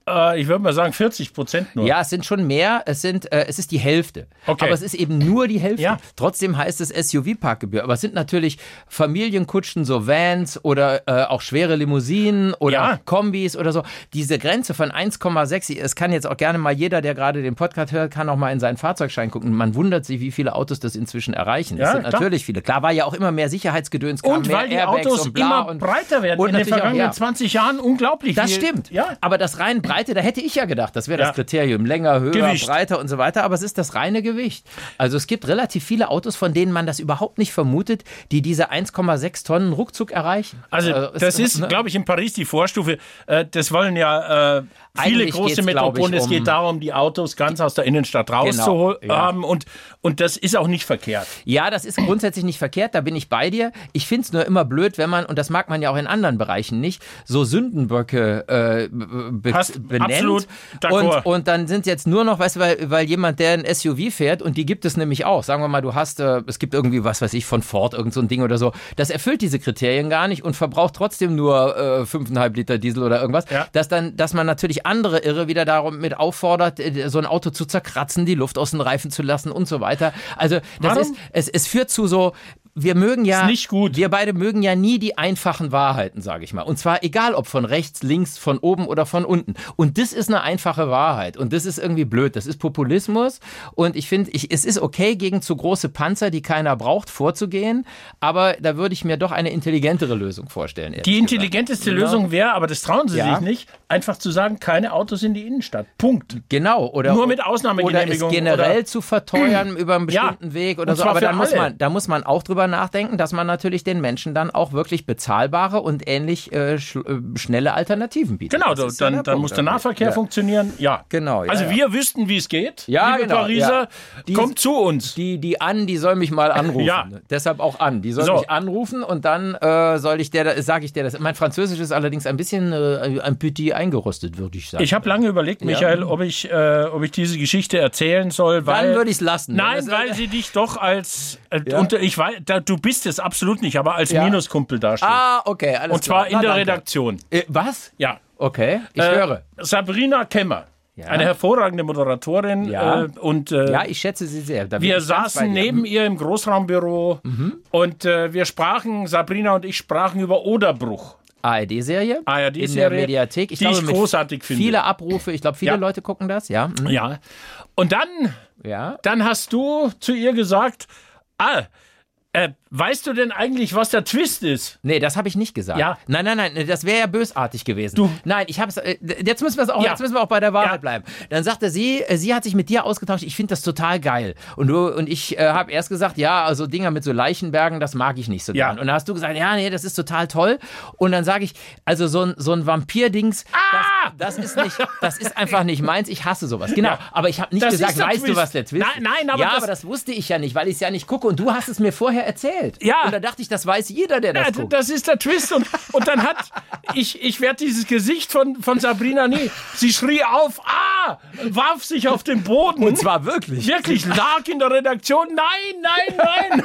S3: Äh, ich würde mal sagen 40 Prozent nur.
S2: Ja, es sind schon mehr. Es sind, äh, es ist die Hälfte.
S3: Okay.
S2: Aber es ist eben nur die Hälfte.
S3: Ja.
S2: Trotzdem heißt es SUV-Parkgebühr. Aber es sind natürlich Familienkutschen, so Vans oder äh, auch schwere Limousinen oder
S3: Ja.
S2: Kombis oder so. Diese Grenze von 1,6, es kann jetzt auch gerne mal jeder, der gerade den Podcast hört, kann auch mal in seinen Fahrzeugschein gucken. Man wundert sich, wie viele Autos das inzwischen erreichen.
S3: Ja,
S2: es sind
S3: klar.
S2: natürlich viele. Klar war ja auch immer mehr Sicherheitsgedöns. kam,
S3: Und
S2: mehr
S3: weil die
S2: Airbags
S3: Autos
S2: und bla
S3: immer
S2: und,
S3: breiter werden
S2: und
S3: in den
S2: natürlich auch-
S3: vergangenen
S2: ja.
S3: 20 Jahren, unglaublich.
S2: Das
S3: wie-
S2: stimmt.
S3: Ja.
S2: Aber das rein Breite, da hätte ich ja gedacht, das wäre
S3: Ja.
S2: das Kriterium. Länger, höher,
S3: Gewicht.
S2: breiter und so weiter. Aber es ist das reine Gewicht. Also es gibt relativ viele Autos, von denen man das überhaupt nicht vermutet, die diese 1,6 Tonnen ruckzuck erreichen.
S3: Also
S2: Äh, es-
S3: das ist,
S2: ne?
S3: glaube ich, in Paris die Vorstufe. Äh, das wollen ja äh, viele
S2: Eigentlich
S3: große
S2: geht's, glaub ich,
S3: Metropolen. Es
S2: um- Genau,
S3: geht darum, die Autos ganz aus der Innenstadt rauszuholen.
S2: ja.
S3: haben und, und das ist auch nicht verkehrt.
S2: Ja, das ist grundsätzlich nicht verkehrt, da bin ich bei dir. Ich find's nur immer blöd, wenn man, und das mag man ja auch in anderen Bereichen nicht, so Sündenböcke äh, be
S3: Passt,
S2: benennt.
S3: absolut d'accord.
S2: und, und dann sind jetzt nur noch, weißt du, weil, weil jemand, der ein SUV fährt, und die gibt es nämlich auch. Sagen wir mal, du hast, äh, es gibt irgendwie, was weiß ich, von Ford irgend so ein Ding oder so. Das erfüllt diese Kriterien gar nicht und verbraucht trotzdem nur äh, 5,5 Liter Diesel oder irgendwas.
S3: Ja.
S2: Dass dann, dass man natürlich andere Irre wieder darum mit auffordert, äh, so ein Auto zu zerkratzen, die Luft aus den Reifen zu lassen und so weiter. Also das
S3: Warum?
S2: ist, es, es führt zu so wir mögen ja,
S3: Ist nicht gut.
S2: wir beide mögen ja nie die einfachen Wahrheiten, sage ich mal. Und zwar egal, ob von rechts, links, von oben oder von unten. Und das ist eine einfache Wahrheit. Und das ist irgendwie blöd. Das ist Populismus. Und ich finde, ich, es ist okay, gegen zu große Panzer, die keiner braucht, vorzugehen. Aber da würde ich mir doch eine intelligentere Lösung vorstellen. ehrlich
S3: Die
S2: gesagt.
S3: intelligenteste Lösung wäre, aber das trauen sie
S2: Ja.
S3: sich nicht, einfach zu sagen, keine Autos in die Innenstadt. Punkt.
S2: Genau, oder
S3: Nur mit
S2: oder es
S3: Ausnahmegenehmigung,
S2: generell
S3: oder-
S2: zu verteuern über einen
S3: Ja,
S2: bestimmten Weg oder
S3: und
S2: so,
S3: zwar
S2: aber
S3: für
S2: da muss
S3: alle.
S2: man da muss man auch drüber nachdenken, dass man natürlich den Menschen dann auch wirklich bezahlbare und ähnlich äh, sch äh, schnelle Alternativen bietet.
S3: Genau,
S2: Das
S3: da-
S2: ist ja
S3: dann, dann
S2: Punkt
S3: muss der
S2: irgendwie.
S3: Nahverkehr
S2: ja.
S3: funktionieren. Ja.
S2: Genau, ja,
S3: also
S2: ja.
S3: wir wüssten, wie es geht.
S2: Ja,
S3: Liebe
S2: genau,
S3: Pariser,
S2: ja. Die-
S3: kommt zu uns.
S2: Die, die An, die soll mich mal anrufen.
S3: Ja.
S2: Deshalb auch an. Die soll
S3: So.
S2: mich anrufen und dann äh, soll ich der, sage ich der das. Mein Französisch ist allerdings ein bisschen äh, ein petit eingerostet, würde ich sagen.
S3: Ich habe lange überlegt, Michael, ob, ich, äh, ob ich diese Geschichte erzählen soll. Weil,
S2: dann würde ich es lassen.
S3: Nein,
S2: Das-
S3: weil sie dich doch als äh,
S2: Ja.
S3: unter, ich weiß, da, du bist es absolut nicht, aber als
S2: Ja.
S3: Minuskumpel dasteht.
S2: Ah, okay, alles
S3: Und zwar
S2: klar.
S3: in
S2: Na,
S3: der
S2: danke.
S3: Redaktion.
S2: Äh, was?
S3: Ja.
S2: Okay, ich
S3: Äh,
S2: höre.
S3: Sabrina Kemmer, eine hervorragende Moderatorin
S2: Ja.
S3: äh, und äh,
S2: Ja, ich schätze sie sehr. Da bin
S3: Wir
S2: ich ganz bei
S3: saßen
S2: dir. Mhm.
S3: neben ihr im Großraumbüro und äh, wir sprachen, Sabrina und ich sprachen über Oderbruch.
S2: ARD-Serie.
S3: ARD-Serie,
S2: In der Mediathek.
S3: die ich
S2: mit
S3: großartig finde.
S2: Viele Abrufe. Ich glaube, viele
S3: Ja.
S2: Leute gucken das. Ja. mhm,
S3: Ja. Und dann,
S2: ja.
S3: dann hast du zu ihr gesagt, ah, äh, weißt du denn eigentlich, was der Twist ist?
S2: Nee, das habe ich nicht gesagt.
S3: Ja.
S2: Nein, nein, nein, das wäre ja bösartig gewesen.
S3: Du-
S2: Nein, ich habe es. Jetzt müssen wir es auch,
S3: Ja.
S2: jetzt müssen wir auch bei der Wahrheit
S3: Ja.
S2: bleiben. Dann sagte sie, äh, sie hat sich mit dir ausgetauscht. Ich finde das total geil. Und du und ich äh, habe erst gesagt, ja, also Dinger mit so Leichenbergen, das mag ich nicht so
S3: Ja.
S2: gern. Und da hast du gesagt, ja, nee, das ist total toll. Und dann sage ich, also so ein so ein Vampir-Dings,
S3: Ah!
S2: das, das ist nicht, das ist einfach nicht meins. Ich hasse sowas. Genau. Aber ich habe nicht
S3: Das
S2: gesagt,
S3: ist der
S2: weißt du,
S3: Twist.
S2: was der Twist?
S3: Nein, nein, aber
S2: ja,
S3: das-
S2: aber das wusste ich ja nicht, weil ich es ja nicht gucke. Und du hast es mir vorher erzählt.
S3: Ja.
S2: Und da dachte ich, das weiß jeder, der das
S3: Ja,
S2: guckt.
S3: das ist der Twist. Und, und dann hat, ich, ich werde dieses Gesicht von, von Sabrina nie. Sie schrie auf, ah, warf sich auf den Boden.
S2: Und zwar wirklich.
S3: Wirklich lag in der Redaktion. Nein, nein,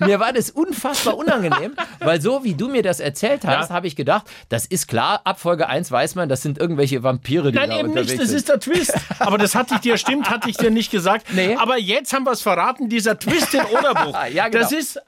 S3: nein.
S2: Mir war das unfassbar unangenehm, weil so wie du mir das erzählt hast,
S3: Ja.
S2: habe ich gedacht, das ist klar, ab Folge 1 weiß man, das sind irgendwelche Vampire, die da
S3: Nein, eben
S2: unterwegs
S3: nicht, das
S2: sind.
S3: ist der Twist. Aber das hatte ich dir, stimmt, hatte ich dir nicht gesagt.
S2: Nee.
S3: Aber jetzt haben wir es verraten, dieser Twist in Oderbruch.
S2: Ja, genau.
S3: Das ist, äh,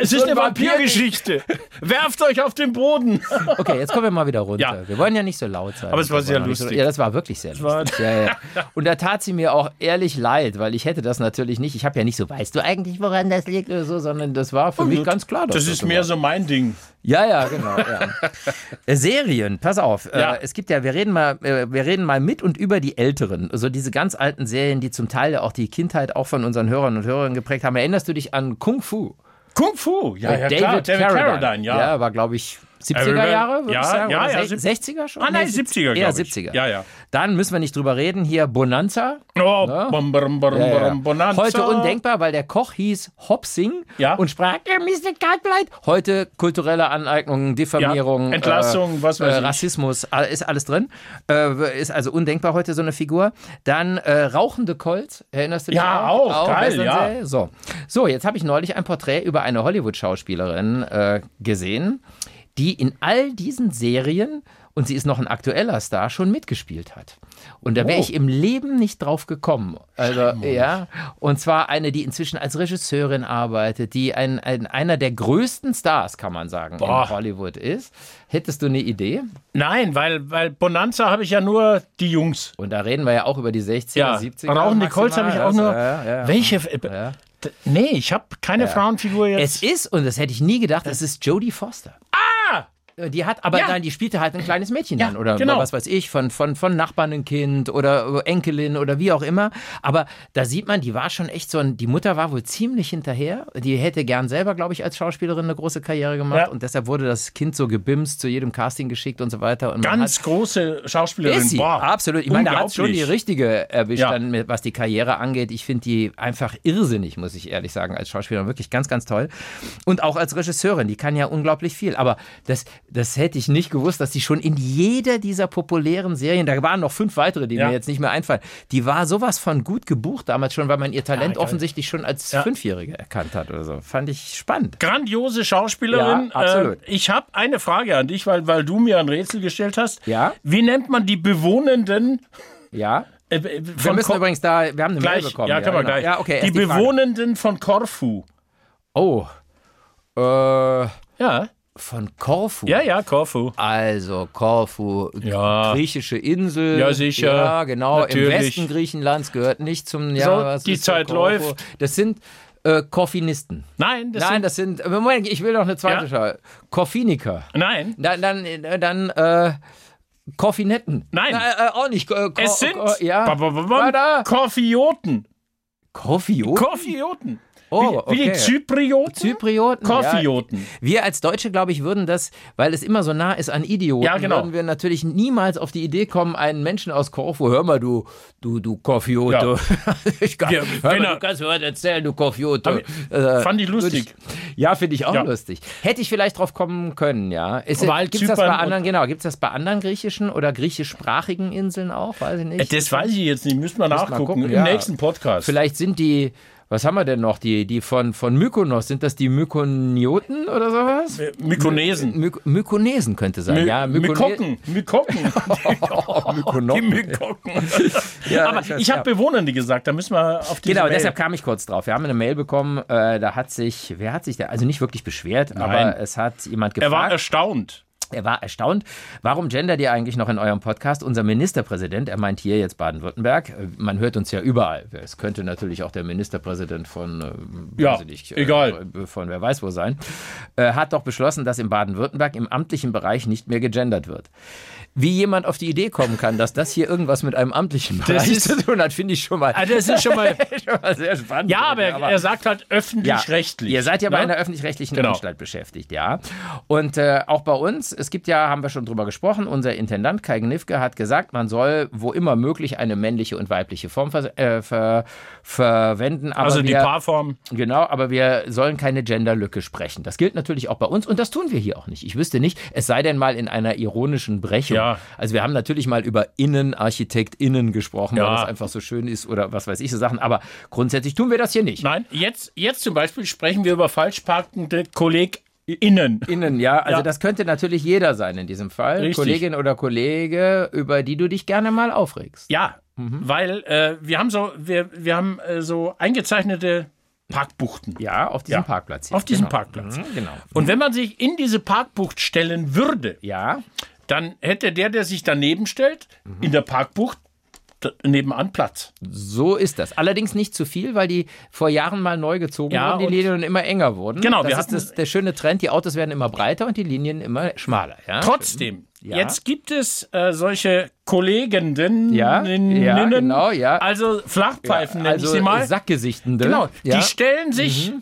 S3: es ist
S2: ein
S3: eine
S2: Vampir-
S3: Vampirgeschichte. Werft euch auf den Boden.
S2: Okay, jetzt kommen wir mal wieder runter.
S3: Ja.
S2: Wir wollen ja nicht so laut sein.
S3: Aber es
S2: Wir
S3: war
S2: wollen
S3: sehr
S2: auch nicht So,
S3: lustig.
S2: ja, das war wirklich sehr lustig. Ja, ja. Und da tat sie mir auch ehrlich leid, weil ich hätte das natürlich nicht. Ich habe ja nicht so, weißt du eigentlich, woran das liegt oder so, sondern das war für mich ganz klar. dass
S3: Das ist
S2: so
S3: mehr so mein Ding.
S2: Ja, ja, genau. Ja. Äh, Serien, pass auf.
S3: Ja.
S2: Äh, es gibt ja, wir reden mal, äh, wir reden mal mit und über die Älteren. Also diese ganz alten Serien, die zum Teil ja auch die Kindheit auch von unseren Hörern und Hörerinnen geprägt haben. Erinnerst du dich an Kung Fu?
S3: Kung Fu. Ja, ja, klar. ja.
S2: Ja, war glaube ich 70er
S3: Everybody-
S2: Jahre, würde
S3: Ja,
S2: ich sagen.
S3: ja,
S2: oder
S3: ja,
S2: sech-
S3: sieb-
S2: 60er schon?
S3: Ah, nein,
S2: Nee,
S3: 70er,
S2: Eher
S3: glaub ich.
S2: 70er.
S3: Ja, ja.
S2: Dann müssen wir nicht drüber reden. Hier Bonanza.
S3: Oh, bom, bom, bom,
S2: Ja, ja.
S3: bom, Bonanza.
S2: Heute undenkbar, weil der Koch hieß Hopsing
S3: Ja.
S2: und sprach, ihr müsst nicht kalt bleiben. Heute kulturelle Aneignungen, Diffamierung,
S3: Ja. Entlassung, was weiß
S2: äh,
S3: ich.
S2: Rassismus, all- ist alles drin. Äh, ist also undenkbar heute so eine Figur. Dann äh, rauchende Colt, erinnerst du dich?
S3: Ja, auch, geil,
S2: Western-Serie? So. so, jetzt habe ich neulich ein Porträt über eine Hollywood-Schauspielerin äh, gesehen, die in all diesen Serien und sie ist noch ein aktueller Star, schon mitgespielt hat. Und
S3: Oh.
S2: da wäre ich im Leben nicht drauf gekommen. Also, ja. Und zwar eine, die inzwischen als Regisseurin arbeitet, die ein, ein, einer der größten Stars, kann man sagen,
S3: Boah.
S2: in Hollywood ist. Hättest du eine Idee?
S3: Nein, weil, weil Bonanza habe ich ja nur die Jungs.
S2: Und da reden wir ja auch über die 60er,
S3: Ja,
S2: 70er.
S3: Rauchen Nichols habe ich auch nur.
S2: maximal. also, Ja, ja, ja.
S3: Welche? D- Nee, ich habe keine Frauenfigur jetzt.
S2: Es ist, und das hätte ich nie gedacht, es ist Jodie Foster. Ah! Die hat, aber
S3: Ja.
S2: nein, die spielte halt ein kleines Mädchen
S3: Ja,
S2: dann oder
S3: genau.
S2: was weiß ich, von, von, von Nachbarn ein Kind oder Enkelin oder wie auch immer. Aber da sieht man, die war schon echt so ein, die Mutter war wohl ziemlich hinterher. Die hätte gern selber, glaube ich, als Schauspielerin eine große Karriere gemacht
S3: Ja.
S2: und deshalb wurde das Kind so gebimst, zu jedem Casting geschickt und so weiter. Und man
S3: Ganz große Schauspielerin.
S2: ist sie.
S3: Boah,
S2: Absolut. Ich meine, da hat schon die
S3: unglaublich.
S2: richtige erwischt,
S3: Ja.
S2: dann, mit- was die Karriere angeht. Ich finde die einfach irrsinnig, muss ich ehrlich sagen, als Schauspielerin. Wirklich ganz, ganz toll. Und auch als Regisseurin, die kann ja unglaublich viel. Aber das, das hätte ich nicht gewusst, dass die schon in jeder dieser populären Serien, da waren noch fünf weitere, die
S3: Ja.
S2: mir jetzt nicht mehr einfallen, die war sowas von gut gebucht damals schon, weil man ihr Talent offensichtlich schon als Fünfjährige erkannt hat oder so. Fand ich spannend.
S3: Grandiose Schauspielerin.
S2: Ja, absolut.
S3: Äh, ich habe eine Frage an dich, weil, weil du mir ein Rätsel gestellt hast.
S2: Ja.
S3: Wie nennt man die Bewohnenden
S2: Ja.
S3: äh, äh, von
S2: Wir müssen
S3: Kor-
S2: übrigens da, wir haben eine Mail
S3: gleich,
S2: bekommen.
S3: ja, können wir
S2: genau.
S3: gleich.
S2: Ja, okay,
S3: die
S2: erst Frage.
S3: Bewohnenden von Korfu.
S2: Oh. Äh,
S3: Ja,
S2: von Korfu.
S3: ja, ja, Korfu.
S2: Also Korfu,
S3: Ja.
S2: griechische Insel.
S3: Ja, sicher.
S2: Ja, genau. Im
S3: Natürlich.
S2: Westen Griechenlands gehört nicht zum. Ja,
S3: So,
S2: was
S3: die
S2: ist so
S3: Zeit
S2: Korfu?
S3: läuft.
S2: Das sind äh, Korfinisten.
S3: Nein, das
S2: Nein,
S3: sind,
S2: das sind. äh, Moment, ich will noch eine zweite
S3: Ja.
S2: Schau. Koffiniker.
S3: nein,
S2: Dann, dann, äh, dann, äh, Koffinetten.
S3: Nein.
S2: Äh, äh, auch nicht. Ko Ko-
S3: es sind
S2: Ko oh, ja.
S3: ba- ba- ba-
S2: War da.
S3: Korfioten.
S2: Koffio?
S3: Korfioten.
S2: oh,
S3: Wie die
S2: okay.
S3: Zyprioten.
S2: Zyprioten.
S3: Korfioten.
S2: Ja. Wir als Deutsche, glaube ich, würden das, weil es immer so nah ist an Idioten,
S3: Ja, genau.
S2: würden wir natürlich niemals auf die Idee kommen, einen Menschen aus Korfu, hör mal, du, du, du Koffiote. ich kann,
S3: Ja,
S2: hör
S3: wenn
S2: mal,
S3: er-
S2: du kannst mir was erzählen, du Koffiote. Äh,
S3: Fand ich lustig.
S2: Ja, finde ich auch
S3: Ja.
S2: lustig. Hätte ich vielleicht drauf kommen können, ja. Ist,
S3: Weil
S2: gibt's das bei
S3: Zypern
S2: anderen, genau, gibt's das bei anderen griechischen oder griechischsprachigen Inseln auch? Weiß ich
S3: Äh,
S2: nicht.
S3: Das weiß ich jetzt nicht, müssen wir nachgucken
S2: gucken,
S3: im
S2: ja.
S3: nächsten Podcast.
S2: Vielleicht sind die, was haben wir denn noch? Die, die von, von Mykonos, sind das die Mykonioten oder sowas?
S3: Äh, Mykonesen.
S2: My Mykonesen könnte sein,
S3: My
S2: ja. Mykone-
S3: Mykocken. Mykocken. Die
S2: Mykonoten.
S3: Mykocken.
S2: Ja,
S3: Aber
S2: ich weiß,
S3: ich habe Bewohnernde gesagt, da müssen wir auf diese
S2: Genau,
S3: Mail.
S2: deshalb kam ich kurz drauf. Wir haben eine Mail bekommen, äh, da hat sich, wer hat sich da, also nicht wirklich beschwert, aber es hat jemand
S3: Er
S2: gefragt.
S3: war erstaunt.
S2: Er war erstaunt. Warum gendert ihr eigentlich noch in eurem Podcast? Unser Ministerpräsident, er meint hier jetzt Baden-Württemberg, äh, man hört uns ja überall. Es könnte natürlich auch der Ministerpräsident von, äh,
S3: Ja,
S2: weiß ich nicht, äh,
S3: egal.
S2: von wer weiß wo sein, äh, hat doch beschlossen, dass in Baden-Württemberg im amtlichen Bereich nicht mehr gegendert wird. Wie jemand auf die Idee kommen kann, dass das hier irgendwas mit einem amtlichen Bereich
S3: ist-
S2: zu tun hat, finde ich schon mal,
S3: Also das ist schon mal.
S2: schon mal sehr spannend.
S3: Ja, aber er, er sagt halt
S2: Ja,
S3: öffentlich-rechtlich.
S2: Ihr seid ja bei
S3: ne?
S2: einer öffentlich-rechtlichen
S3: Genau.
S2: Anstalt beschäftigt, ja. Und äh, auch bei uns, es gibt ja, haben wir schon drüber gesprochen, unser Intendant Kai Gnifke hat gesagt, man soll wo immer möglich eine männliche und weibliche Form ver äh, ver verwenden. Aber
S3: Also die
S2: wir,
S3: Paarform.
S2: Genau, aber wir sollen keine Genderlücke sprechen. Das gilt natürlich auch bei uns und das tun wir hier auch nicht. Ich wüsste nicht, es sei denn mal in einer ironischen Brechung.
S3: Ja.
S2: Also wir haben natürlich mal über InnenarchitektInnen gesprochen, weil
S3: Ja.
S2: das einfach so schön ist oder was weiß ich so Sachen. Aber grundsätzlich tun wir das hier nicht.
S3: Nein, jetzt, jetzt zum Beispiel sprechen wir über falsch parkende KollegInnen.
S2: Innen, ja. Also
S3: Ja.
S2: das könnte natürlich jeder sein in diesem Fall.
S3: Richtig.
S2: Kollegin oder Kollege, über die du dich gerne mal aufregst.
S3: Ja,
S2: Mhm.
S3: weil äh, wir haben so, wir, wir haben äh, so eingezeichnete Parkbuchten
S2: Ja, auf diesem
S3: Ja.
S2: Parkplatz hier.
S3: auf diesem
S2: genau.
S3: Parkplatz.
S2: Mhm, Genau.
S3: Und wenn man sich in diese Parkbucht stellen würde,
S2: Ja,
S3: dann hätte der, der sich daneben stellt, in der Parkbucht d- nebenan Platz.
S2: so ist das. Allerdings nicht zu viel, weil die vor Jahren mal neu gezogen
S3: Ja,
S2: wurden, die
S3: und-
S2: Linien immer enger wurden.
S3: Genau,
S2: das
S3: wir
S2: ist
S3: hatten-
S2: das, der schöne Trend. Die Autos werden immer breiter und die Linien immer schmaler. Ja?
S3: Trotzdem,
S2: Ja.
S3: jetzt gibt es äh, solche Kolleginnen,
S2: Ja, ja, genau, ja.
S3: also Flachpfeifen nenne
S2: also
S3: ich sie mal.
S2: Sackgesichtende.
S3: Genau,
S2: ja, Mhm.
S3: die stellen sich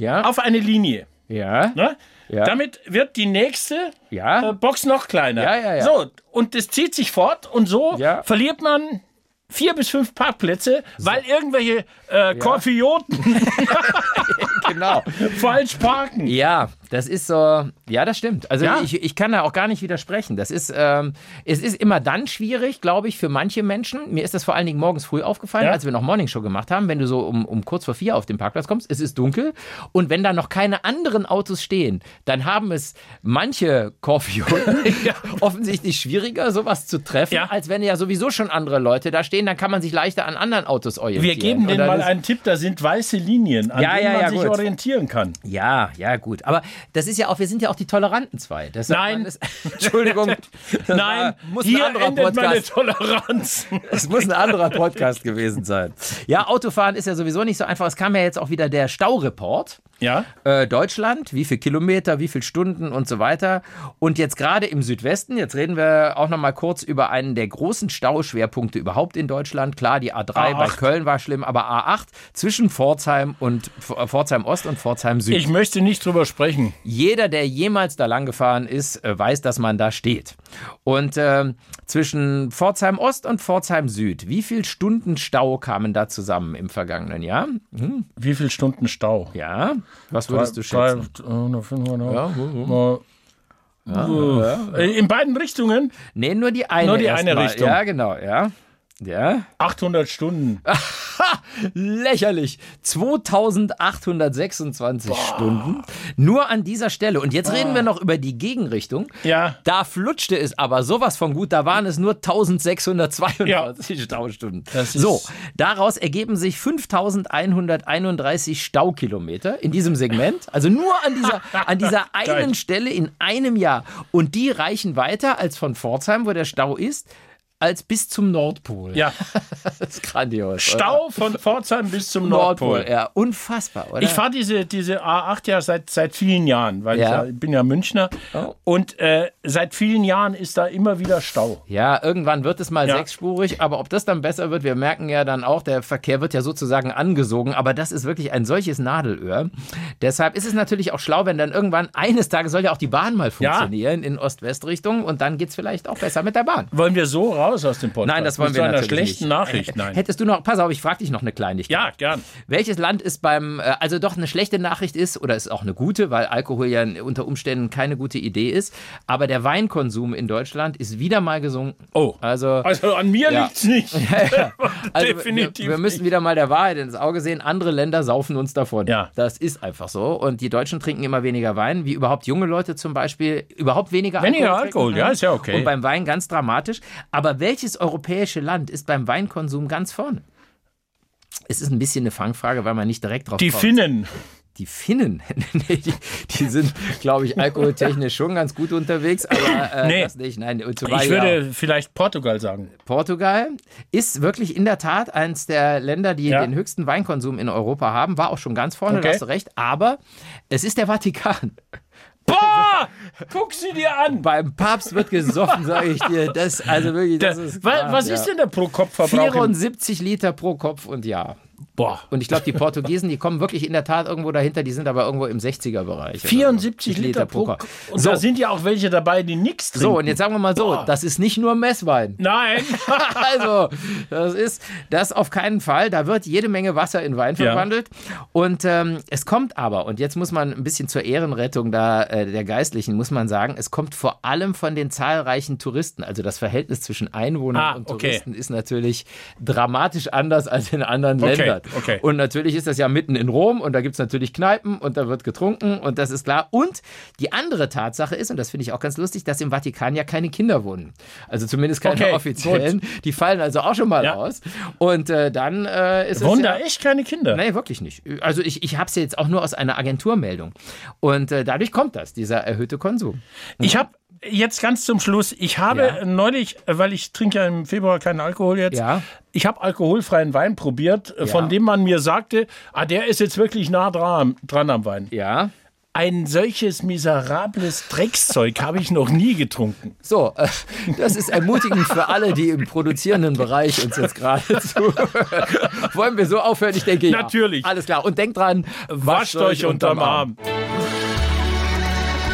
S2: ja,
S3: auf eine Linie.
S2: ja,
S3: Ne?
S2: Ja.
S3: Damit wird die nächste
S2: ja,
S3: äh, Box noch kleiner.
S2: Ja, ja, ja.
S3: So, und das zieht sich fort und so
S2: Ja.
S3: verliert man vier bis fünf Parkplätze, weil irgendwelche äh, Konfioten
S2: genau.
S3: falsch parken.
S2: Ja, das ist so, ja, das stimmt. Also
S3: Ja.
S2: ich, ich kann da auch gar nicht widersprechen. Das ist, ähm, es ist immer dann schwierig, glaube ich, für manche Menschen. Mir ist das vor allen Dingen morgens früh aufgefallen,
S3: Ja.
S2: als wir noch Morningshow gemacht haben, wenn du so um, um kurz vor vier auf den Parkplatz kommst, es ist dunkel und wenn da noch keine anderen Autos stehen, dann haben es manche Korfioten offensichtlich schwieriger, sowas zu treffen,
S3: Ja.
S2: als wenn ja sowieso schon andere Leute da stehen, dann kann man sich leichter an anderen Autos orientieren.
S3: Wir geben denen
S2: Oder
S3: mal
S2: das-
S3: einen Tipp, da sind weiße Linien, an
S2: Ja,
S3: denen
S2: ja,
S3: man
S2: ja,
S3: sich
S2: gut.
S3: orientieren kann.
S2: Ja, ja, gut. Aber das ist ja auch, wir sind ja auch die toleranten zwei. Das sagt
S3: Nein.
S2: man- Das, Entschuldigung. Das
S3: Nein,
S2: war- muss
S3: hier
S2: ein anderer
S3: endet meine
S2: Podcast.
S3: Toleranz.
S2: Es muss ein anderer Podcast gewesen sein. Ja, Autofahren ist ja sowieso nicht so einfach. Es kam ja jetzt auch wieder der Staureport.
S3: Ja,
S2: Äh, Deutschland, wie viel Kilometer, wie viel Stunden und so weiter. Und jetzt gerade im Südwesten, jetzt reden wir auch noch mal kurz über einen der großen Stauschwerpunkte überhaupt in Deutschland. Klar, die A3 bei
S3: A8.
S2: Köln war schlimm, aber A8 zwischen Pforzheim und Pforzheim Ost und Pforzheim Süd.
S3: ich möchte nicht drüber sprechen.
S2: Jeder, der jemals da lang gefahren ist, äh, weiß, dass man da steht. Und ähm, zwischen Pforzheim Ost und Pforzheim Süd, wie viel Stunden Stau kamen da zusammen im vergangenen Jahr?
S3: Wie viele Stunden Stau?
S2: Ja, was würdest du schätzen?
S3: 300, 500, Äh, In beiden Richtungen
S2: Nee, nur die eine.
S3: Nur die
S2: erst genau,
S3: eine
S2: mal.
S3: Richtung.
S2: Ja, genau, ja. Ja.
S3: 800 Stunden.
S2: lächerlich. 2826 Stunden. Nur an dieser Stelle. Und jetzt reden wir noch über die Gegenrichtung.
S3: Ah. Ja.
S2: Da flutschte es aber sowas von gut. Da waren es nur 1642 Staustunden.
S3: Das ist-
S2: So, daraus ergeben sich 5131 Staukilometer in diesem Segment. Also nur an dieser, an dieser einen
S3: Geil.
S2: Stelle in einem Jahr. Und die reichen weiter als von Pforzheim, wo der Stau ist, als bis zum Nordpol.
S3: Ja,
S2: Das ist grandios. Oder?
S3: Stau von Pforzheim bis zum
S2: Nordpol.
S3: Nordpol.
S2: Ja, unfassbar, oder?
S3: Ich fahre diese, diese A8 ja seit, seit vielen Jahren, weil
S2: Ja. Oh.
S3: ich, ja, ich bin ja Münchner. Und äh, seit vielen Jahren ist da immer wieder Stau.
S2: ja, irgendwann wird es mal
S3: Ja.
S2: sechsspurig, aber ob das dann besser wird, wir merken ja dann auch, der Verkehr wird ja sozusagen angesogen, aber das ist wirklich ein solches Nadelöhr. Deshalb ist es natürlich auch schlau, wenn dann irgendwann eines Tages soll ja auch die Bahn mal funktionieren in Ost-West-Richtung und dann geht es vielleicht auch besser mit der Bahn.
S3: Wollen wir so raus aus dem Podcast?
S2: Nein, das wollen
S3: Mit
S2: wir
S3: so einer
S2: natürlich
S3: schlechten
S2: nicht.
S3: Nachricht, nein.
S2: Hättest du noch, pass auf, ich frage dich noch eine Kleinigkeit.
S3: Ja, gern.
S2: Welches Land ist beim, äh, also doch eine schlechte Nachricht ist, oder ist auch eine gute, weil Alkohol ja unter Umständen keine gute Idee ist, aber der Weinkonsum in Deutschland ist wieder mal gesunken.
S3: Oh.
S2: Also,
S3: Also an mir
S2: Ja.
S3: liegt's nicht.
S2: also
S3: Definitiv
S2: wir, wir müssen wieder mal der Wahrheit ins Auge sehen, andere Länder saufen uns davon.
S3: Ja.
S2: Das ist einfach so. Und die Deutschen trinken immer weniger Wein, wie überhaupt junge Leute zum Beispiel, überhaupt weniger Alkohol.
S3: Weniger
S2: trinken.
S3: Alkohol, ja, ist ja okay.
S2: Und beim Wein ganz dramatisch. Aber welches europäische Land ist beim Weinkonsum ganz vorne? Es ist ein bisschen eine Fangfrage, weil man nicht direkt drauf
S3: Die
S2: kommt.
S3: Finnen.
S2: Die Finnen, nee, die, die sind, glaube ich, alkoholtechnisch schon ganz gut unterwegs, aber äh,
S3: Nee.
S2: das nicht. Nein,
S3: Ich
S2: Uruguay, ja.
S3: würde vielleicht Portugal sagen.
S2: Portugal ist wirklich in der Tat eines der Länder, die
S3: Ja.
S2: den höchsten Weinkonsum in Europa haben. War auch schon ganz vorne, da
S3: Okay.
S2: hast du recht. Aber es ist der Vatikan.
S3: Boah! Guck sie dir an!
S2: Beim Papst wird gesoffen, sage ich dir. Das, also wirklich, das
S3: was
S2: ist
S3: was
S2: ja.
S3: ist denn der Pro-Kopf-Verbrauch? im-
S2: 74 Liter pro Kopf und Jahr.
S3: Boah.
S2: Und ich glaube, die Portugiesen, die kommen wirklich in der Tat irgendwo dahinter, die sind aber irgendwo im 60er-Bereich. oder so.
S3: 74 Liter pro
S2: Kopf.
S3: Kopf. Und da sind ja auch welche dabei, die nichts trinken.
S2: So, und jetzt sagen wir mal so, das ist nicht nur Messwein.
S3: Nein!
S2: Also, das ist das auf keinen Fall. Da wird jede Menge Wasser in Wein verwandelt. Und ähm, es kommt aber, und jetzt muss man ein bisschen zur Ehrenrettung da, äh, der Geistlichen, muss man sagen, es kommt vor allem von den zahlreichen Touristen. Also das Verhältnis zwischen Einwohnern
S3: Ah,
S2: und
S3: okay.
S2: Touristen ist natürlich dramatisch anders als in anderen
S3: Okay,
S2: Ländern.
S3: okay.
S2: Und natürlich ist das ja mitten in Rom und da gibt es natürlich Kneipen und da wird getrunken und das ist klar. Und die andere Tatsache ist, und das finde ich auch ganz lustig, dass im Vatikan ja keine Kinder wohnen. Also zumindest keine
S3: Okay,
S2: offiziellen. Die fallen also auch schon mal
S3: Ja.
S2: raus. Und äh, dann äh, ist
S3: Wohnen da
S2: es. Ja,
S3: echt keine Kinder?
S2: Nee, wirklich nicht. Also ich, ich habe es jetzt auch nur aus einer Agenturmeldung. Und äh, dadurch kommt das, dieser erhöhte Konsum.
S3: Ich habe jetzt ganz zum Schluss, ich habe
S2: Ja.
S3: neulich, weil ich trinke ja im Februar keinen Alkohol jetzt,
S2: Ja.
S3: ich habe alkoholfreien Wein probiert, äh, von dem man mir sagte, ah, der ist jetzt wirklich nah dran, dran am Wein.
S2: Ja.
S3: Ein solches miserables Dreckszeug habe ich noch nie getrunken.
S2: So, äh, das ist ermutigend für alle, die im produzierenden Bereich uns jetzt gerade zuhören. Wollen wir so aufhören? Ich denke, ja.
S3: Natürlich.
S2: Alles klar. Und denkt dran,
S3: Wascht euch unterm Arm.